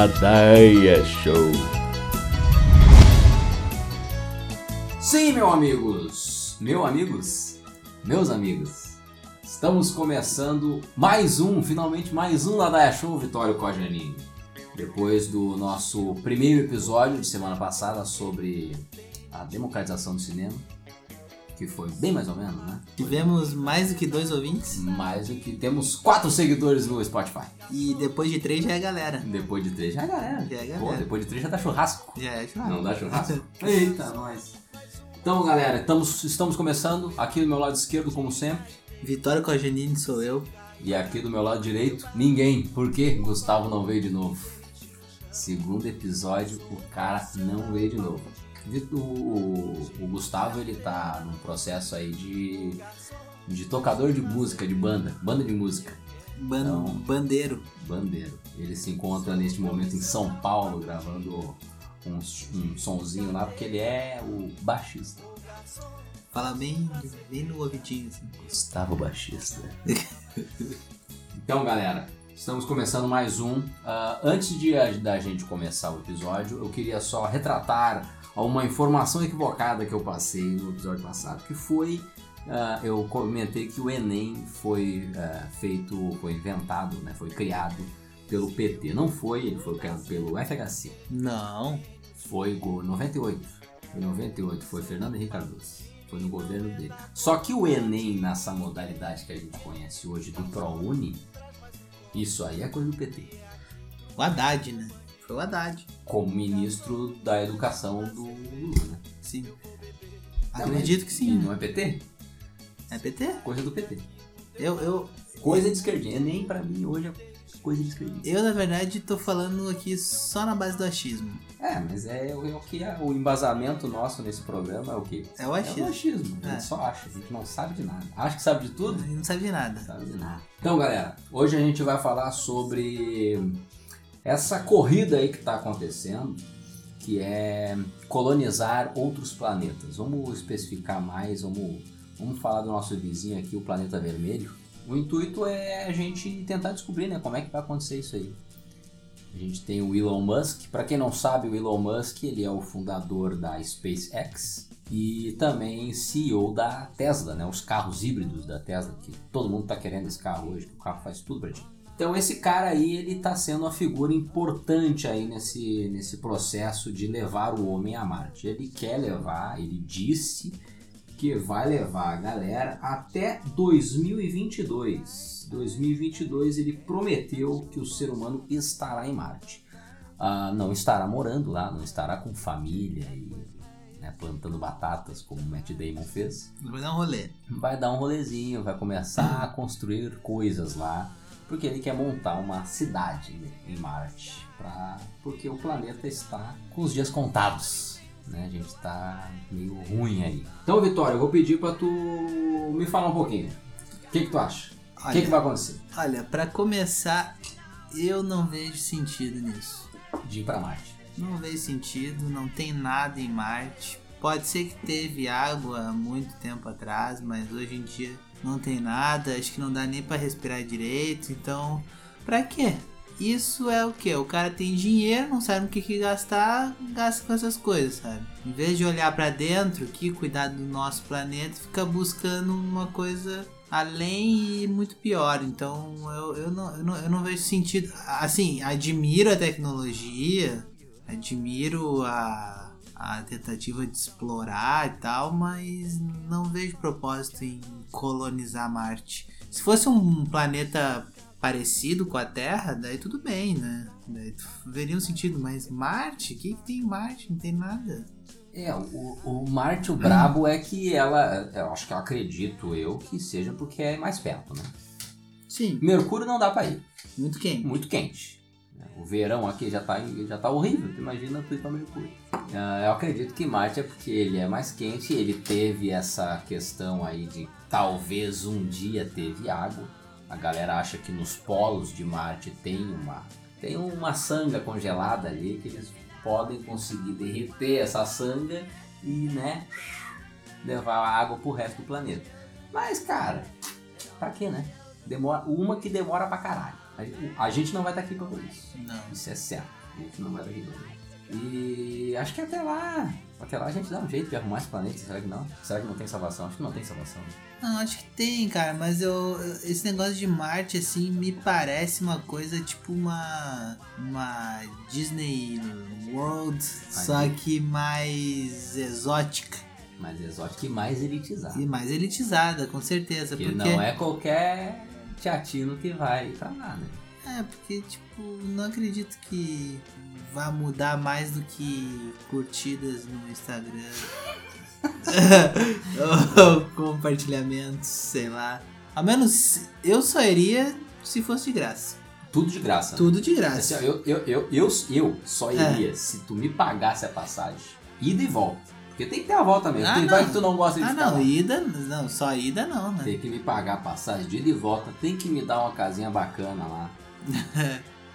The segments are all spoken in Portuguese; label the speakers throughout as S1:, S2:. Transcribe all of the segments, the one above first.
S1: Ladaia Show.
S2: Sim, meus amigos, meu amigos, meus amigos, estamos começando mais um, finalmente mais um Ladaia Show Vitório Cogianini. Depois do nosso primeiro episódio de semana passada sobre a democratização do cinema, que foi bem mais ou menos, né?
S3: Tivemos mais do que dois ouvintes
S2: Mais do que temos quatro seguidores no Spotify.
S3: e depois de três já é galera.
S2: Depois de três já é galera.
S3: Já é galera.
S2: Pô, depois de três já dá churrasco.
S3: Já é churrasco.
S2: Não dá churrasco? Tá. Eita, nós. Então, galera, estamos, estamos começando aqui do meu lado esquerdo, como sempre,
S3: Vitório Cogenini sou eu.
S2: e aqui do meu lado direito, ninguém. Por quê? Gustavo não veio de novo. Segundo episódio, o cara não veio de novo. Vi- O, o- o Gustavo, ele tá num processo aí de, de tocador de música, de banda, banda de música.
S3: Ban-
S2: Não.
S3: Bandeiro.
S2: Bandeiro. Ele se encontra neste momento em São Paulo gravando um, um sonzinho lá, porque ele é o baixista.
S3: Fala bem, bem no ouvidinho. Assim.
S2: Gustavo Baixista. então, galera, estamos começando mais um. Ah, antes de a- da gente começar o episódio, eu queria só retratar uma informação equivocada que eu passei no episódio passado, que foi ah, eu comentei que o Enem foi ah, feito, foi inventado, né, foi criado pelo PT. Não foi, ele foi criado pelo FHC.
S3: Não.
S2: Foi go- 98. Foi 98, foi Fernando Henrique Cardoso. Foi no governo dele. Só que o Enem, nessa modalidade que a gente conhece hoje do ProUni, isso aí é coisa do PT.
S3: O Haddad, né? Foi o Haddad.
S2: Como ministro da educação do Lula, né?
S3: Sim. Acredito que
S2: E
S3: sim. né?
S2: não é PT?
S3: É PT?
S2: Coisa do PT.
S3: Eu, eu,
S2: Coisa de esquerdinha. Enem pra mim hoje é coisa de esquerdinha.
S3: eu, na verdade, tô falando aqui só na base do achismo.
S2: É, mas é o é o que é- o embasamento nosso nesse programa é o quê?
S3: É
S2: É
S3: o
S2: o
S3: achismo.
S2: achismo. A gente
S3: É.
S2: só acha, a gente não sabe de nada. Acha que sabe de tudo?
S3: Ele não sabe de nada.
S2: Sabe de nada. Então, galera, hoje a gente vai falar sobre essa corrida aí que está acontecendo, que é colonizar outros planetas. Vamos especificar mais, vamos, vamos falar do nosso vizinho aqui, o planeta vermelho. O intuito é a gente tentar descobrir, né, como é que vai acontecer isso aí. A gente tem o Elon Musk. Para quem não sabe, o Elon Musk ele é o fundador da SpaceX e também CEO da Tesla, né? Os carros híbridos da Tesla que todo mundo tá querendo esse carro hoje, que o carro faz tudo para ti. Então esse cara aí ele tá sendo uma figura importante aí nesse, nesse processo de levar o homem a Marte. Ele quer levar, ele disse que vai levar a galera até 2022. 2022 ele prometeu que o ser humano estará em Marte. Ah, não estará morando lá, não estará com família e né, plantando batatas como o Matt Damon fez
S3: Ele vai dar um rolê.
S2: vai dar um rolezinho, vai começar a construir coisas lá, porque ele quer montar uma cidade em Marte, pra, porque o planeta está com os dias contados. Né? A gente está meio ruim aí. Então, Vitória, eu vou pedir pra tu me falar um pouquinho. O que, que tu acha? O que, que
S3: Olha,
S2: vai acontecer?
S3: olha, pra começar, eu não vejo sentido nisso.
S2: De ir pra Marte.
S3: Não vejo sentido, não tem nada em Marte. Pode ser que teve água há muito tempo atrás, mas hoje em dia não tem nada, acho que não dá nem pra respirar direito, então pra quê? Isso é o que? O cara tem dinheiro, não sabe o que, que gastar, gasta com essas coisas, sabe? Em vez de olhar pra dentro, que cuidar do nosso planeta, fica buscando uma coisa além e muito pior. Então eu, eu, não, eu, não, eu não vejo sentido. Assim, admiro a tecnologia, admiro a, a tentativa de explorar e tal, mas não vejo propósito em colonizar Marte. Se fosse um planeta parecido com a Terra, daí tudo bem, né? Daí tu- veria um sentido, mas Marte? O que, que tem em Marte? Não tem nada.
S2: É, o, o Marte, o brabo é que ela, eu acho que eu acredito eu que seja porque é mais perto, né?
S3: Sim.
S2: Mercúrio não dá pra ir.
S3: Muito quente.
S2: muito quente. O verão aqui já tá, já tá horrível, tu imagina tu ir pra Mercúrio. Ah, eu acredito que Marte é porque ele é mais quente, ele teve essa questão aí de talvez um dia teve água. A galera acha que nos polos de Marte tem uma, tem uma sanga congelada ali que eles podem conseguir derreter essa sanga e, né, levar a água pro resto do planeta. Mas, cara, pra quê, né? Demora, uma que demora pra caralho. A, a gente não vai estar aqui pra ver isso.
S3: Não.
S2: Isso é certo. A gente não vai estar aqui pra ver. E acho que até lá. Até lá a gente dá um jeito de arrumar esse planeta. Será que não? Será que não tem salvação? Acho que não tem salvação.
S3: Não, acho que tem, cara, mas eu. Esse negócio de Marte, assim, me parece uma coisa tipo uma. Uma Disney World, só que mais exótica
S2: Mas exótico e mais elitizado.
S3: e mais elitizada, com certeza.
S2: Porque
S3: porque
S2: Tá. não é qualquer teatino que vai pra lá, né?
S3: É, porque, tipo, não acredito que vá mudar mais do que curtidas no Instagram. Ou compartilhamentos, sei lá. Ao menos eu só iria se fosse de graça.
S2: Tudo de graça. né?
S3: Tudo de
S2: Assim, ó,
S3: graça.
S2: eu, eu, eu, eu, eu
S3: É.
S2: só iria se tu me pagasse a passagem, ida e volta. Porque tem que ter a volta mesmo.
S3: Ah,
S2: tem
S3: não.
S2: vai que tu não gosta de
S3: Ah,
S2: ficar
S3: não,
S2: lá.
S3: ida, não, só ida não, né?
S2: Tem que me pagar a passagem de ida e volta, tem que me dar uma casinha bacana lá.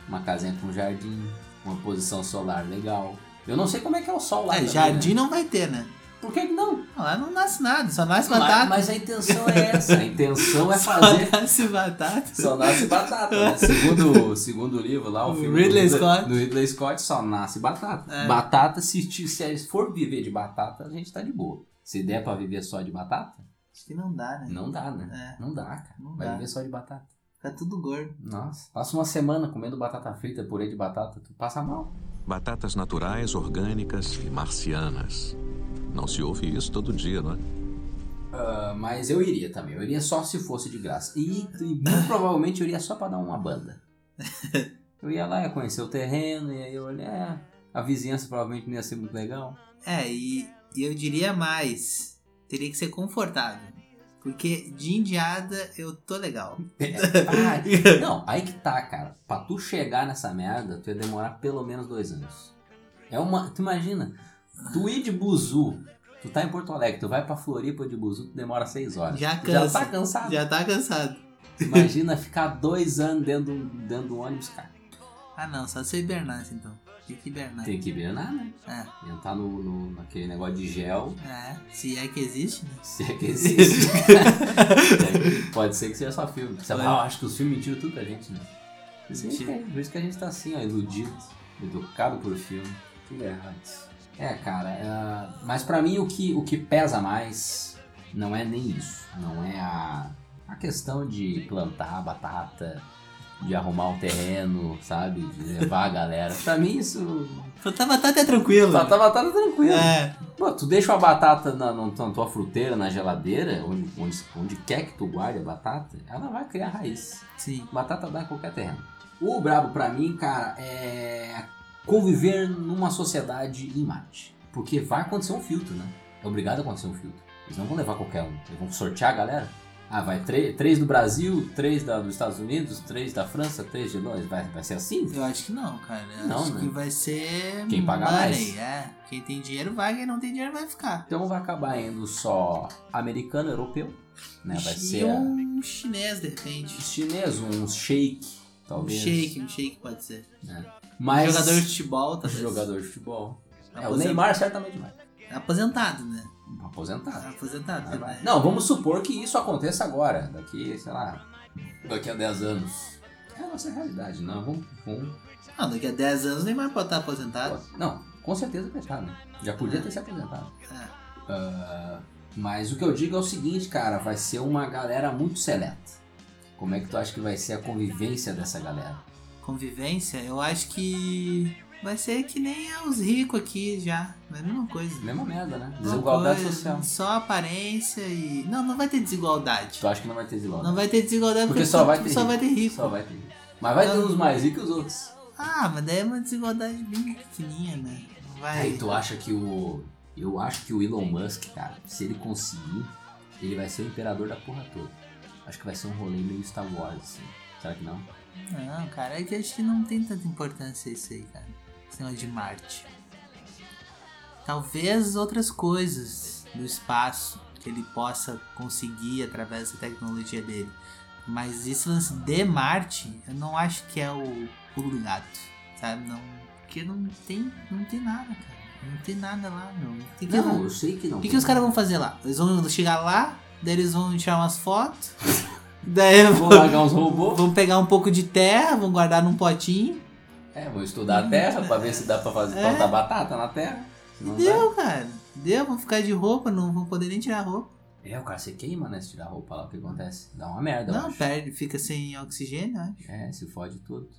S2: uma casinha com jardim, uma posição solar legal. Eu não sei como é que é o sol lá.
S3: É,
S2: também,
S3: jardim
S2: Né?
S3: não vai ter, né?
S2: Por que que não?
S3: Não, Lá não nasce nada, só nasce
S2: Mas,
S3: batata.
S2: mas a intenção é essa. A intenção é
S3: só
S2: fazer
S3: nasce batata.
S2: Só nasce batata, né? Segundo, segundo o livro lá, o
S3: O
S2: filme
S3: Ridley
S2: do, Ridley-
S3: Scott.
S2: do Ridley Scott só nasce batata.
S3: É.
S2: Batata, se, ti- se for viver de batata, a gente tá de boa. Se der pra viver só de batata,
S3: Acho que não dá, né?
S2: não dá, né?
S3: É,
S2: Não dá, cara.
S3: Não
S2: Vai
S3: dá.
S2: viver só de batata.
S3: fica tudo gordo.
S2: Nossa, passa uma semana comendo batata frita, purê de batata, tu passa mal.
S1: Batatas naturais, orgânicas e marcianas. Não se ouve isso todo dia, não é?
S2: Ah, mas eu iria também. Eu iria só se fosse de graça. E, e muito provavelmente eu iria só pra dar uma banda. Eu ia lá, ia conhecer o terreno, e aí eu olhei, é, a vizinhança provavelmente não ia ser muito legal.
S3: É, e, e eu diria mais. Teria que ser confortável. né? Porque de indiada eu tô legal.
S2: Ah, É, não, aí que tá, cara. Pra tu chegar nessa merda, tu ia demorar pelo menos dois anos. É uma. Tu imagina, tu ir de buzu, tu tá em Porto Alegre, tu vai pra Floripa de buzu, tu demora seis horas.
S3: Já
S2: Tu já
S3: cansa.
S2: tá cansado.
S3: Já tá cansado.
S2: Imagina ficar dois anos dentro, do- dentro do ônibus, cara.
S3: Ah não, só se eu hibernasse então. Tem que hibernar.
S2: Tem que hibernar, né?
S3: É,
S2: Entrar no, no- naquele negócio de gel.
S3: é, se é que existe, né?
S2: Se é que existe. Pode ser que seja só filme. Sei lá, eu acho que os filmes mentiram tudo pra gente, né? Por isso que a gente- por isso que a gente tá assim, ó, iludido, educado por filme. Tudo errado. É, cara, é- mas pra mim o que, o que pesa mais não é nem isso. Não é a, a questão de plantar batata, de arrumar o terreno, sabe? De levar a galera. Pra mim isso.
S3: Plantar batata é tranquilo.
S2: Plantar batata é tranquilo.
S3: É,
S2: Pô, tu deixa a batata na, na- na tua fruteira, na geladeira, onde, onde, onde quer que tu guarde a batata, ela vai criar raiz.
S3: sim.
S2: Batata dá em qualquer terreno. O brabo pra mim, cara, é conviver numa sociedade em Marte. Porque vai acontecer um filtro, né? É obrigado a acontecer um filtro. Eles não vão levar qualquer um. Eles vão sortear a galera. Ah, vai tre- três do Brasil, três da- dos Estados Unidos, três da França, três de nós. Vai, vai ser assim?
S3: Eu acho que não, cara. Eu
S2: Não,
S3: acho
S2: né?
S3: que vai ser.
S2: Quem pagar
S3: money,
S2: mais.
S3: É. Quem tem dinheiro vai, quem não tem dinheiro vai ficar.
S2: Então vai acabar indo só americano, europeu, né? Vai
S3: e
S2: ser...
S3: um chinês, de repente.
S2: chinês, um shake,
S3: Um
S2: talvez.
S3: shake, um shake pode ser.
S2: Mas
S3: Jogador de futebol, talvez.
S2: jogador de futebol. É, o
S3: Aposenta-
S2: Neymar Ah, certamente vai.
S3: Aposentado, né?
S2: Aposentado.
S3: Aposentado.
S2: Vai,
S3: né?
S2: vai. Não, vamos supor que isso aconteça agora, daqui, sei lá, daqui a 10 anos. É a nossa realidade, não. Vamos, vamos-
S3: Não, daqui a 10 anos o Neymar pode estar aposentado.
S2: Não, com certeza fechado. né? Já podia ter se aposentado.
S3: É.
S2: Ah, mas o que eu digo é o seguinte, cara, vai ser uma galera muito seleta. Como é que tu acha que vai ser a convivência dessa galera?
S3: Convivência, eu acho que vai ser que nem é os ricos aqui já. É a mesma coisa.
S2: Mesma merda, né? Desigualdade
S3: Uma coisa,
S2: social.
S3: Só aparência e. Não, não vai ter desigualdade.
S2: Tu acha que não vai ter desigualdade?
S3: Não vai ter desigualdade
S2: Porque só vai ter
S3: só
S2: rico.
S3: vai ter rico.
S2: Só vai ter. Mas vai ter uns mais ricos que os outros.
S3: Ah, mas daí é uma desigualdade bem pequenininha, né? Não vai.
S2: Aí tu acha que o. Eu acho que o Elon Musk, cara, se ele conseguir, ele vai ser o imperador da porra toda. Acho que vai ser um rolê meio Star Wars, assim. Será que não?
S3: Não, cara, é que acho que não tem tanta importância isso aí, cara. Esse negócio de Marte. Talvez outras coisas do espaço que ele possa conseguir através da tecnologia dele. Mas esse lance de Marte, eu não acho que é o pulo do gato, sabe? Não, porque não tem, não tem nada, cara. Não tem nada lá, meu. Não tem que
S2: Não, eu sei que não.
S3: o que, que os caras vão fazer lá? Eles vão chegar lá, daí eles vão tirar umas fotos, Daí eu
S2: Vou
S3: vou-
S2: largar uns robôs.
S3: vamos pegar um pouco de terra, vamos guardar num potinho.
S2: É, vou estudar a terra pra ver se dá pra fazer
S3: É.
S2: plantar batata na terra. Se não dá-
S3: Deu, cara. Deu, vamos ficar de roupa, não vão poder nem tirar roupa.
S2: É, o cara se queima, né? Se tirar a roupa lá, o que acontece? Dá uma merda, eu
S3: Não,
S2: acho.
S3: perde, fica sem oxigênio, né?
S2: É, se fode tudo.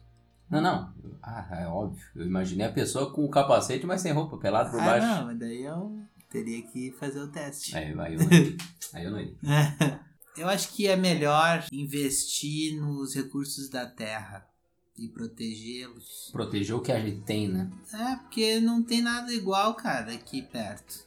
S2: Não, não. Eu- Ah, é óbvio. Eu imaginei a pessoa com o capacete, mas sem roupa, pelado por
S3: Ah,
S2: baixo. É.
S3: não, mas daí eu teria que fazer o teste.
S2: Aí, aí eu não iria. Aí eu não iria.
S3: Eu acho que é melhor investir nos recursos da terra e protegê-los.
S2: Proteger o que a gente tem, né?
S3: É, porque não tem nada igual, cara, aqui perto.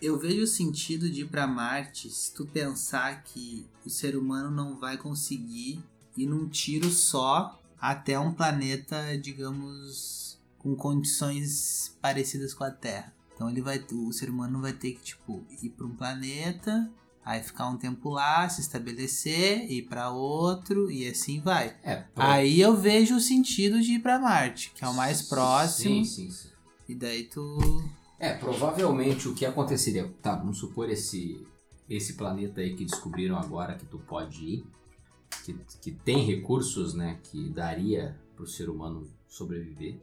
S3: Eu vejo o sentido de ir pra Marte se tu pensar que o ser humano não vai conseguir ir num tiro só até um planeta, digamos, com condições parecidas com a Terra. Então ele vai, o ser humano vai ter que tipo ir pra um planeta, aí ficar um tempo lá, se estabelecer, ir pra outro e assim vai.
S2: É, pro-
S3: Aí eu vejo o sentido de ir pra Marte, que é o mais
S2: Sim,
S3: próximo.
S2: sim, sim.
S3: E daí tu.
S2: É, provavelmente o que aconteceria. Tá, vamos supor esse, esse planeta aí que descobriram agora que tu pode ir, que, que tem recursos, né? Que daria pro ser humano sobreviver.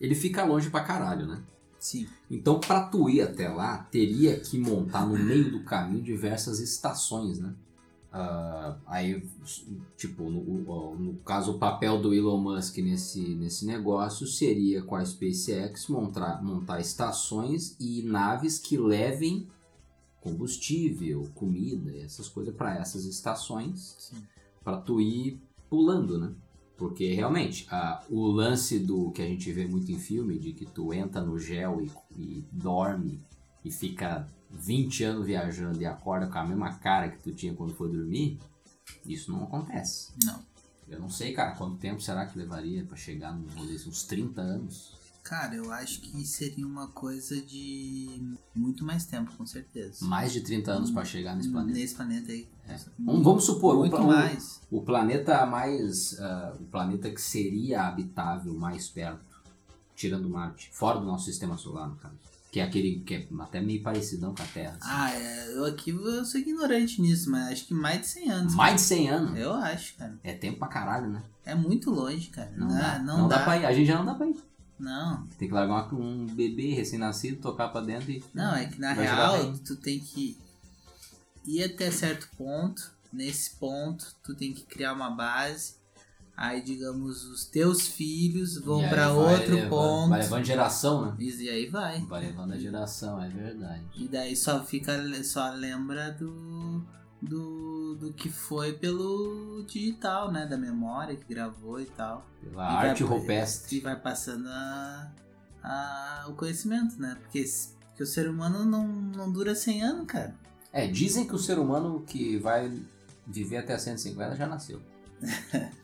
S2: Ele fica longe pra caralho, né?
S3: Sim.
S2: Então, pra tu ir até lá, teria que montar no meio do caminho diversas estações, né? Ah, aí, tipo, no, o- no caso, o papel do Elon Musk nesse, nesse negócio seria com a SpaceX montar, montar estações e naves que levem combustível, comida, essas coisas para essas estações
S3: sim.
S2: para tu ir pulando, né? Porque realmente a- o lance do que a gente vê muito em filme de que tu entra no gel e, e dorme e fica 20 anos viajando e acorda com a mesma cara que tu tinha quando foi dormir, isso não acontece.
S3: Não.
S2: Eu não sei, cara, quanto tempo será que levaria para chegar num rolê assim, uns 30 anos?
S3: Cara, eu acho que seria uma coisa de muito mais tempo, com certeza.
S2: Mais de 30 anos para chegar nesse planeta.
S3: Nesse planeta aí.
S2: É. Vamos, vamos um supor,
S3: Hum. Muito
S2: o, o,
S3: mais.
S2: O planeta mais. ah, o planeta que seria habitável mais perto, tirando Marte, fora do nosso sistema solar, no caso. Que é aquele que é até meio parecidão com a Terra. assim.
S3: Ah, é, eu aqui eu sou ignorante nisso, mas acho que mais de 100 anos.
S2: mais de 100 anos.
S3: Eu acho, cara.
S2: É tempo pra caralho, né?
S3: É muito longe, cara.
S2: Não dá.
S3: Dá- Não,
S2: dá. pra ir. A gente já não dá pra ir.
S3: Não.
S2: Tem que largar uma- um bebê recém-nascido, tocar pra dentro e.
S3: Não, é que na
S2: Vai jogar
S3: real
S2: bem.
S3: tu tem que ir até certo ponto. Nesse ponto tu tem que criar uma base. Aí, digamos, os teus filhos vão
S2: E aí
S3: pra
S2: vai
S3: outro
S2: levando-
S3: ponto.
S2: Vai levando geração, né?
S3: E aí vai.
S2: Vai levando a geração, é verdade.
S3: E daí só fica, só lembra do, do, do que foi pelo digital, né? Da memória que gravou e tal.
S2: Pela
S3: E vai-
S2: arte rupestre.
S3: E vai passando a, a- o conhecimento, né? Porque, s- porque o ser humano não, não dura 100 anos, cara.
S2: É, dizem que o ser humano que vai viver até 150 já nasceu.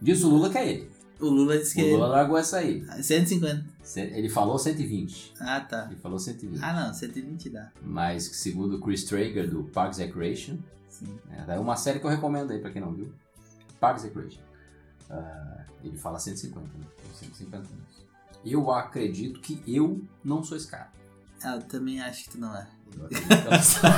S2: Diz o Lula que é ele.
S3: O Lula disse que
S2: O Lula largou essa aí.
S3: Ah, 150.
S2: Ce- Ele falou 120.
S3: Ah, tá.
S2: Ele falou 120.
S3: Ah, não, 120 dá.
S2: Mas, segundo o Chris Traeger, do Parks and Recreation,
S3: Sim.
S2: é é uma série que eu recomendo aí pra quem não viu. Parks and Recreation. Ah, ele fala 150, né? Então, 150 anos. Eu acredito que eu não sou esse cara.
S3: Ah, eu também acho que tu não é.
S2: Eu acredito que eu não sou.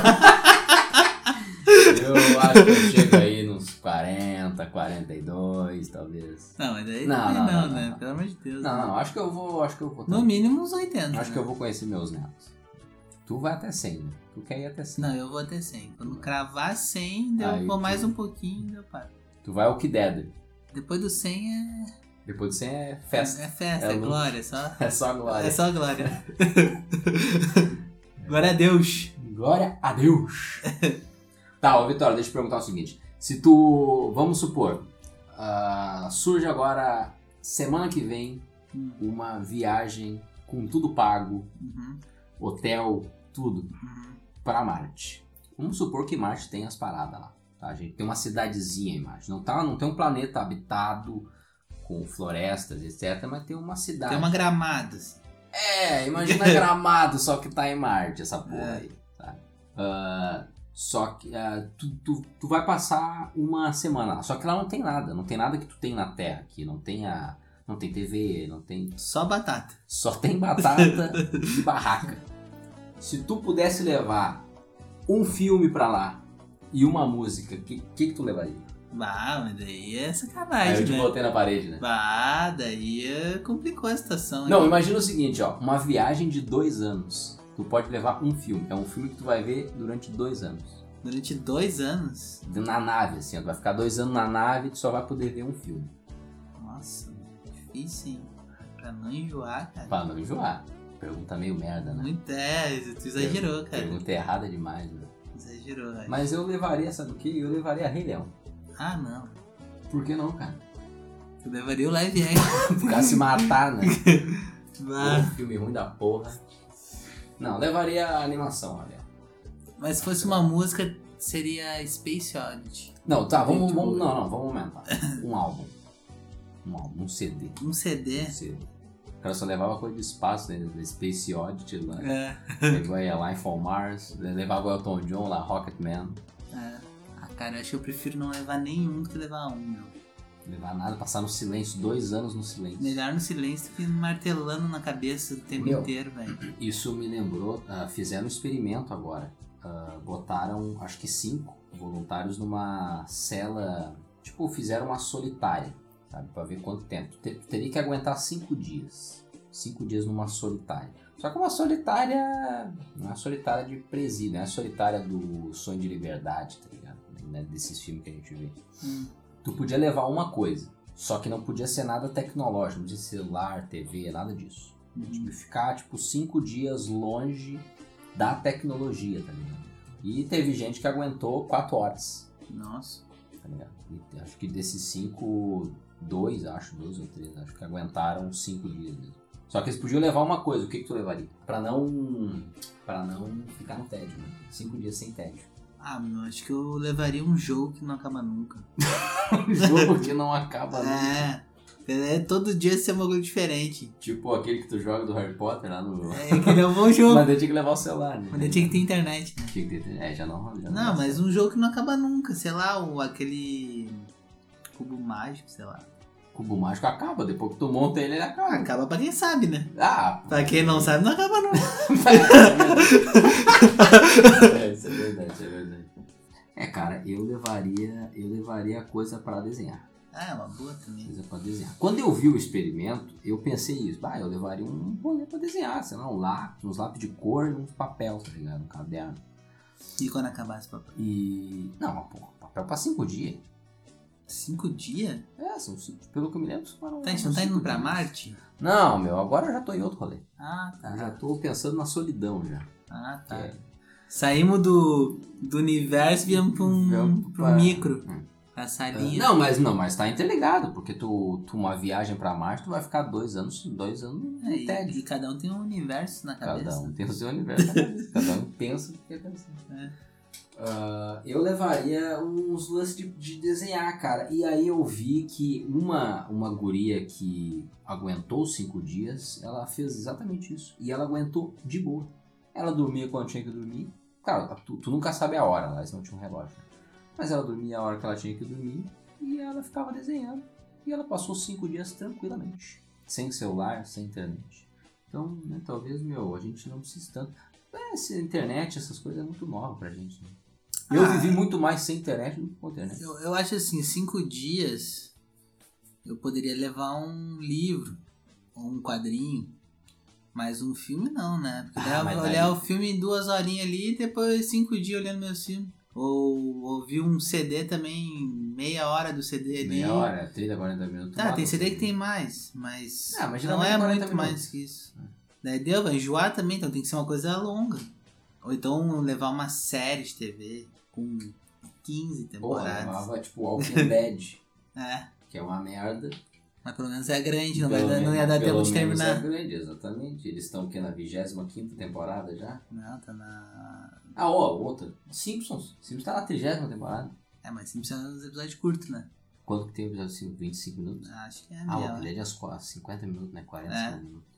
S2: Eu acho que eu chego aí nos 40, 42, talvez.
S3: Não, mas daí
S2: Não,
S3: também
S2: não,
S3: não,
S2: não,
S3: né?
S2: não.
S3: Pelo amor de Deus.
S2: Não,
S3: né?
S2: não, acho que eu vou, acho que eu vou.
S3: No mínimo uns 80.
S2: Acho
S3: né?
S2: que eu vou conhecer meus netos. Tu vai até 100, né? Tu quer ir até 100.
S3: Não, eu vou até 100. Quando cravar 100, deu,
S2: Aí
S3: vou
S2: tu-
S3: mais um pouquinho, eu paro.
S2: Tu vai ao que der. né?
S3: Depois do 100 é
S2: Depois de 100 é festa.
S3: É festa,
S2: É
S3: é,
S2: luto.
S3: glória, só.
S2: É só glória.
S3: É só glória. glória a Deus.
S2: Glória a Deus. tá, ô Vitória, deixa eu te perguntar o seguinte. Se tu, vamos supor, ah, surge agora, semana que vem,
S3: Hum,
S2: uma viagem com tudo pago,
S3: uhum,
S2: hotel, tudo,
S3: uhum.
S2: pra Marte. Vamos supor que Marte tem as paradas lá. Tá, A gente tem uma cidadezinha em Marte. Não, tá, não tem um planeta habitado com florestas, etc. Mas tem uma cidade.
S3: Tem uma gramada. assim.
S2: É, imagina gramado, só que tá em Marte, essa porra
S3: É.
S2: aí. Tá? Ah, só que ah, tu, tu, tu vai passar uma semana lá. Só que lá não tem nada. Não tem nada que tu tem na Terra aqui. Não tem a. Não tem TV, não tem
S3: Só batata.
S2: só tem batata e barraca. Se tu pudesse levar um filme pra lá, e uma música, o que, que, que tu levaria?
S3: Bah, mas daí é
S2: Aí eu te
S3: sacanagem, né?
S2: botei na parede, né?
S3: Bah, daí é- complicou a situação.
S2: Não,
S3: hein?
S2: imagina o seguinte, ó, uma viagem de dois anos. Tu pode levar um filme, é um filme que tu vai ver durante dois anos.
S3: Durante dois anos.
S2: Na nave, assim, ó, tu vai ficar dois anos na nave, tu só vai poder ver um filme.
S3: Nossa, difícil, hein? Pra não enjoar, cara.
S2: Pra não enjoar. Pergunta meio merda, né?
S3: Muito é, tu exagerou, cara.
S2: Pergunta errada demais, né?
S3: Exagerou, cara.
S2: Mas eu levaria, sabe o que? Eu levaria Rei Leão.
S3: Ah, não.
S2: Por que não, cara?
S3: Tu levaria o live action.
S2: Ficar se matar, né?
S3: Bah.
S2: Pô, Ah, filme ruim da porra. Não, levaria a animação, olha.
S3: Mas se fosse uma música, seria Space Oddity.
S2: Não, tá, vamos,
S3: Muito
S2: vamos.
S3: bom.
S2: Não, não, vamos aumentar. Um álbum. Um álbum, um CD.
S3: Um CD.
S2: Um CD. O cara só levava coisa de espaço, né? Space Oddity lá.
S3: É.
S2: Levou aí a Life on Mars. né? Levava o Elton John lá, Rocketman.
S3: Ah, cara, eu acho que eu prefiro não levar nenhum do que levar um, meu.
S2: Levar nada, passar no silêncio, dois anos no silêncio.
S3: Melhor no silêncio do que martelando na cabeça o tempo
S2: Meu.
S3: inteiro, velho.
S2: Isso me lembrou, ah, fizeram um experimento agora. Ah, botaram, acho que cinco voluntários numa cela, tipo, fizeram uma solitária, sabe, Pra ver quanto tempo. Te- teria que aguentar cinco dias. Cinco dias numa solitária. Só que uma solitária, não é uma solitária de presídio, não é a solitária do sonho de liberdade, tá ligado? Né, Desses filmes que a gente vê.
S3: Hum.
S2: Tu podia levar uma coisa, só que não podia ser nada tecnológico, não podia ser celular, TV, nada disso.
S3: hum.
S2: Tipo, ficar, tipo, cinco dias longe da tecnologia, tá ligado? E teve gente que aguentou quatro horas,
S3: Nossa.
S2: tá ligado? E acho que desses cinco, dois, acho, dois ou três, acho que aguentaram cinco dias mesmo. Só que eles podiam levar uma coisa, o que, que tu levaria? Pra não. para não ficar no tédio, né? Cinco dias sem tédio.
S3: Ah, meu, acho que eu levaria um jogo que não acaba nunca.
S2: Um jogo que não acaba né? nunca.
S3: É. é, todo dia ser um bagulho diferente.
S2: Tipo aquele que tu joga do Harry Potter lá no.
S3: É que não é um bom jogo.
S2: Mas eu tinha que levar o celular, né?
S3: Mas eu tinha que ter internet. né?
S2: Tinha que ter- É, já não. Já
S3: Não, mas um jogo que não acaba nunca. Sei lá, o, aquele. Cubo mágico, sei lá. Ah,
S2: Cubo mágico acaba, depois que tu monta ele, ele acaba.
S3: Acaba pra quem sabe, né?
S2: Ah,
S3: Pra quem não sabe, não acaba nunca.
S2: é, isso é verdade, isso é verdade. É, cara, eu levaria, eu levaria coisa pra desenhar,
S3: Ah, é uma boa também.
S2: coisa para desenhar. Quando eu vi o experimento, eu pensei isso, bah, eu levaria um rolê pra desenhar, sei lá, um lápis, uns lápis de cor e uns papel, tá ligado, um caderno.
S3: E quando acabasse, papai?
S2: E não, mas, pô, papel pra cinco dias.
S3: Cinco dias?
S2: É, são cinco, pelo que eu me lembro, foram
S3: Tá, a gente não tá
S2: cinco
S3: indo pra
S2: dias.
S3: Marte?
S2: Não, meu, agora eu já tô em outro rolê.
S3: Ah,
S2: Eu
S3: tá.
S2: já tô pensando na solidão já.
S3: Ah, tá.
S2: É.
S3: Saímos do, do universo e viemos pra um
S2: Viemos
S3: pro
S2: pra-
S3: micro.
S2: Hum.
S3: Pra
S2: Ah,
S3: salinha.
S2: Não, mas não, mas tá interligado, porque tu, tu uma viagem pra Marte, tu vai ficar dois anos, dois anos
S3: É,
S2: no
S3: e,
S2: tédio.
S3: e cada um tem um universo na cabeça.
S2: Cada um tem o seu universo, na cabeça, cada um pensa o que quer pensar.
S3: É.
S2: Ah, eu levaria uns lances de, de desenhar, cara. E aí eu vi que uma, uma guria que aguentou cinco dias, ela fez exatamente isso. E ela aguentou de boa. Ela dormia quando tinha que dormir. Cara, tu, tu nunca sabe a hora, lá eles não tinham relógio. né? Mas ela dormia a hora que ela tinha que dormir e ela ficava desenhando. E ela passou cinco dias tranquilamente. Sem celular, sem internet. Então, né, talvez, meu, a gente não precise tanto. É, essa internet, essas coisas é muito nova pra gente. Né? Eu
S3: Ah.
S2: vivi muito mais sem internet do que com internet.
S3: Eu, eu acho assim, cinco dias eu poderia levar um livro ou um quadrinho, mas um filme não, né? Porque
S2: Ah,
S3: daí eu
S2: mas
S3: vou olhar
S2: daí-
S3: o filme em duas horinhas ali e depois cinco dias olhando meu filme. Ou ouvir um CD também, meia hora do CD ali.
S2: Meia hora, 30, 40 minutos.
S3: Tá,
S2: mata
S3: tem
S2: o
S3: CD que tem mais, mas
S2: Ah, mas
S3: não
S2: geralmente
S3: é
S2: 40
S3: muito
S2: minutos. Ah.
S3: mais que isso. Daí deu, vai enjoar também, então tem que ser uma coisa longa. Ou então levar uma série de TV com 15
S2: Porra,
S3: temporadas.
S2: levava tipo Walking Dead,
S3: É,
S2: que é uma merda.
S3: mas pelo menos é grande, não, vai
S2: Pelo
S3: dar, não
S2: menos-
S3: ia dar tempo
S2: pelo
S3: de
S2: menos
S3: terminar.
S2: É grande, exatamente. Eles estão o quê? Na 25 temporada já?
S3: Não, tá na.
S2: Ah, ó, outra. Simpsons. Simpsons tá na 30 temporada.
S3: É, mas sempre são uns episódios curtos, né?
S2: Quanto que tem o episódio? Sim, 25 minutos?
S3: Acho que é
S2: Ah,
S3: meia
S2: Walking
S3: hora.
S2: Dead é às 4, 50 minutos, né? 40
S3: É.
S2: minutos.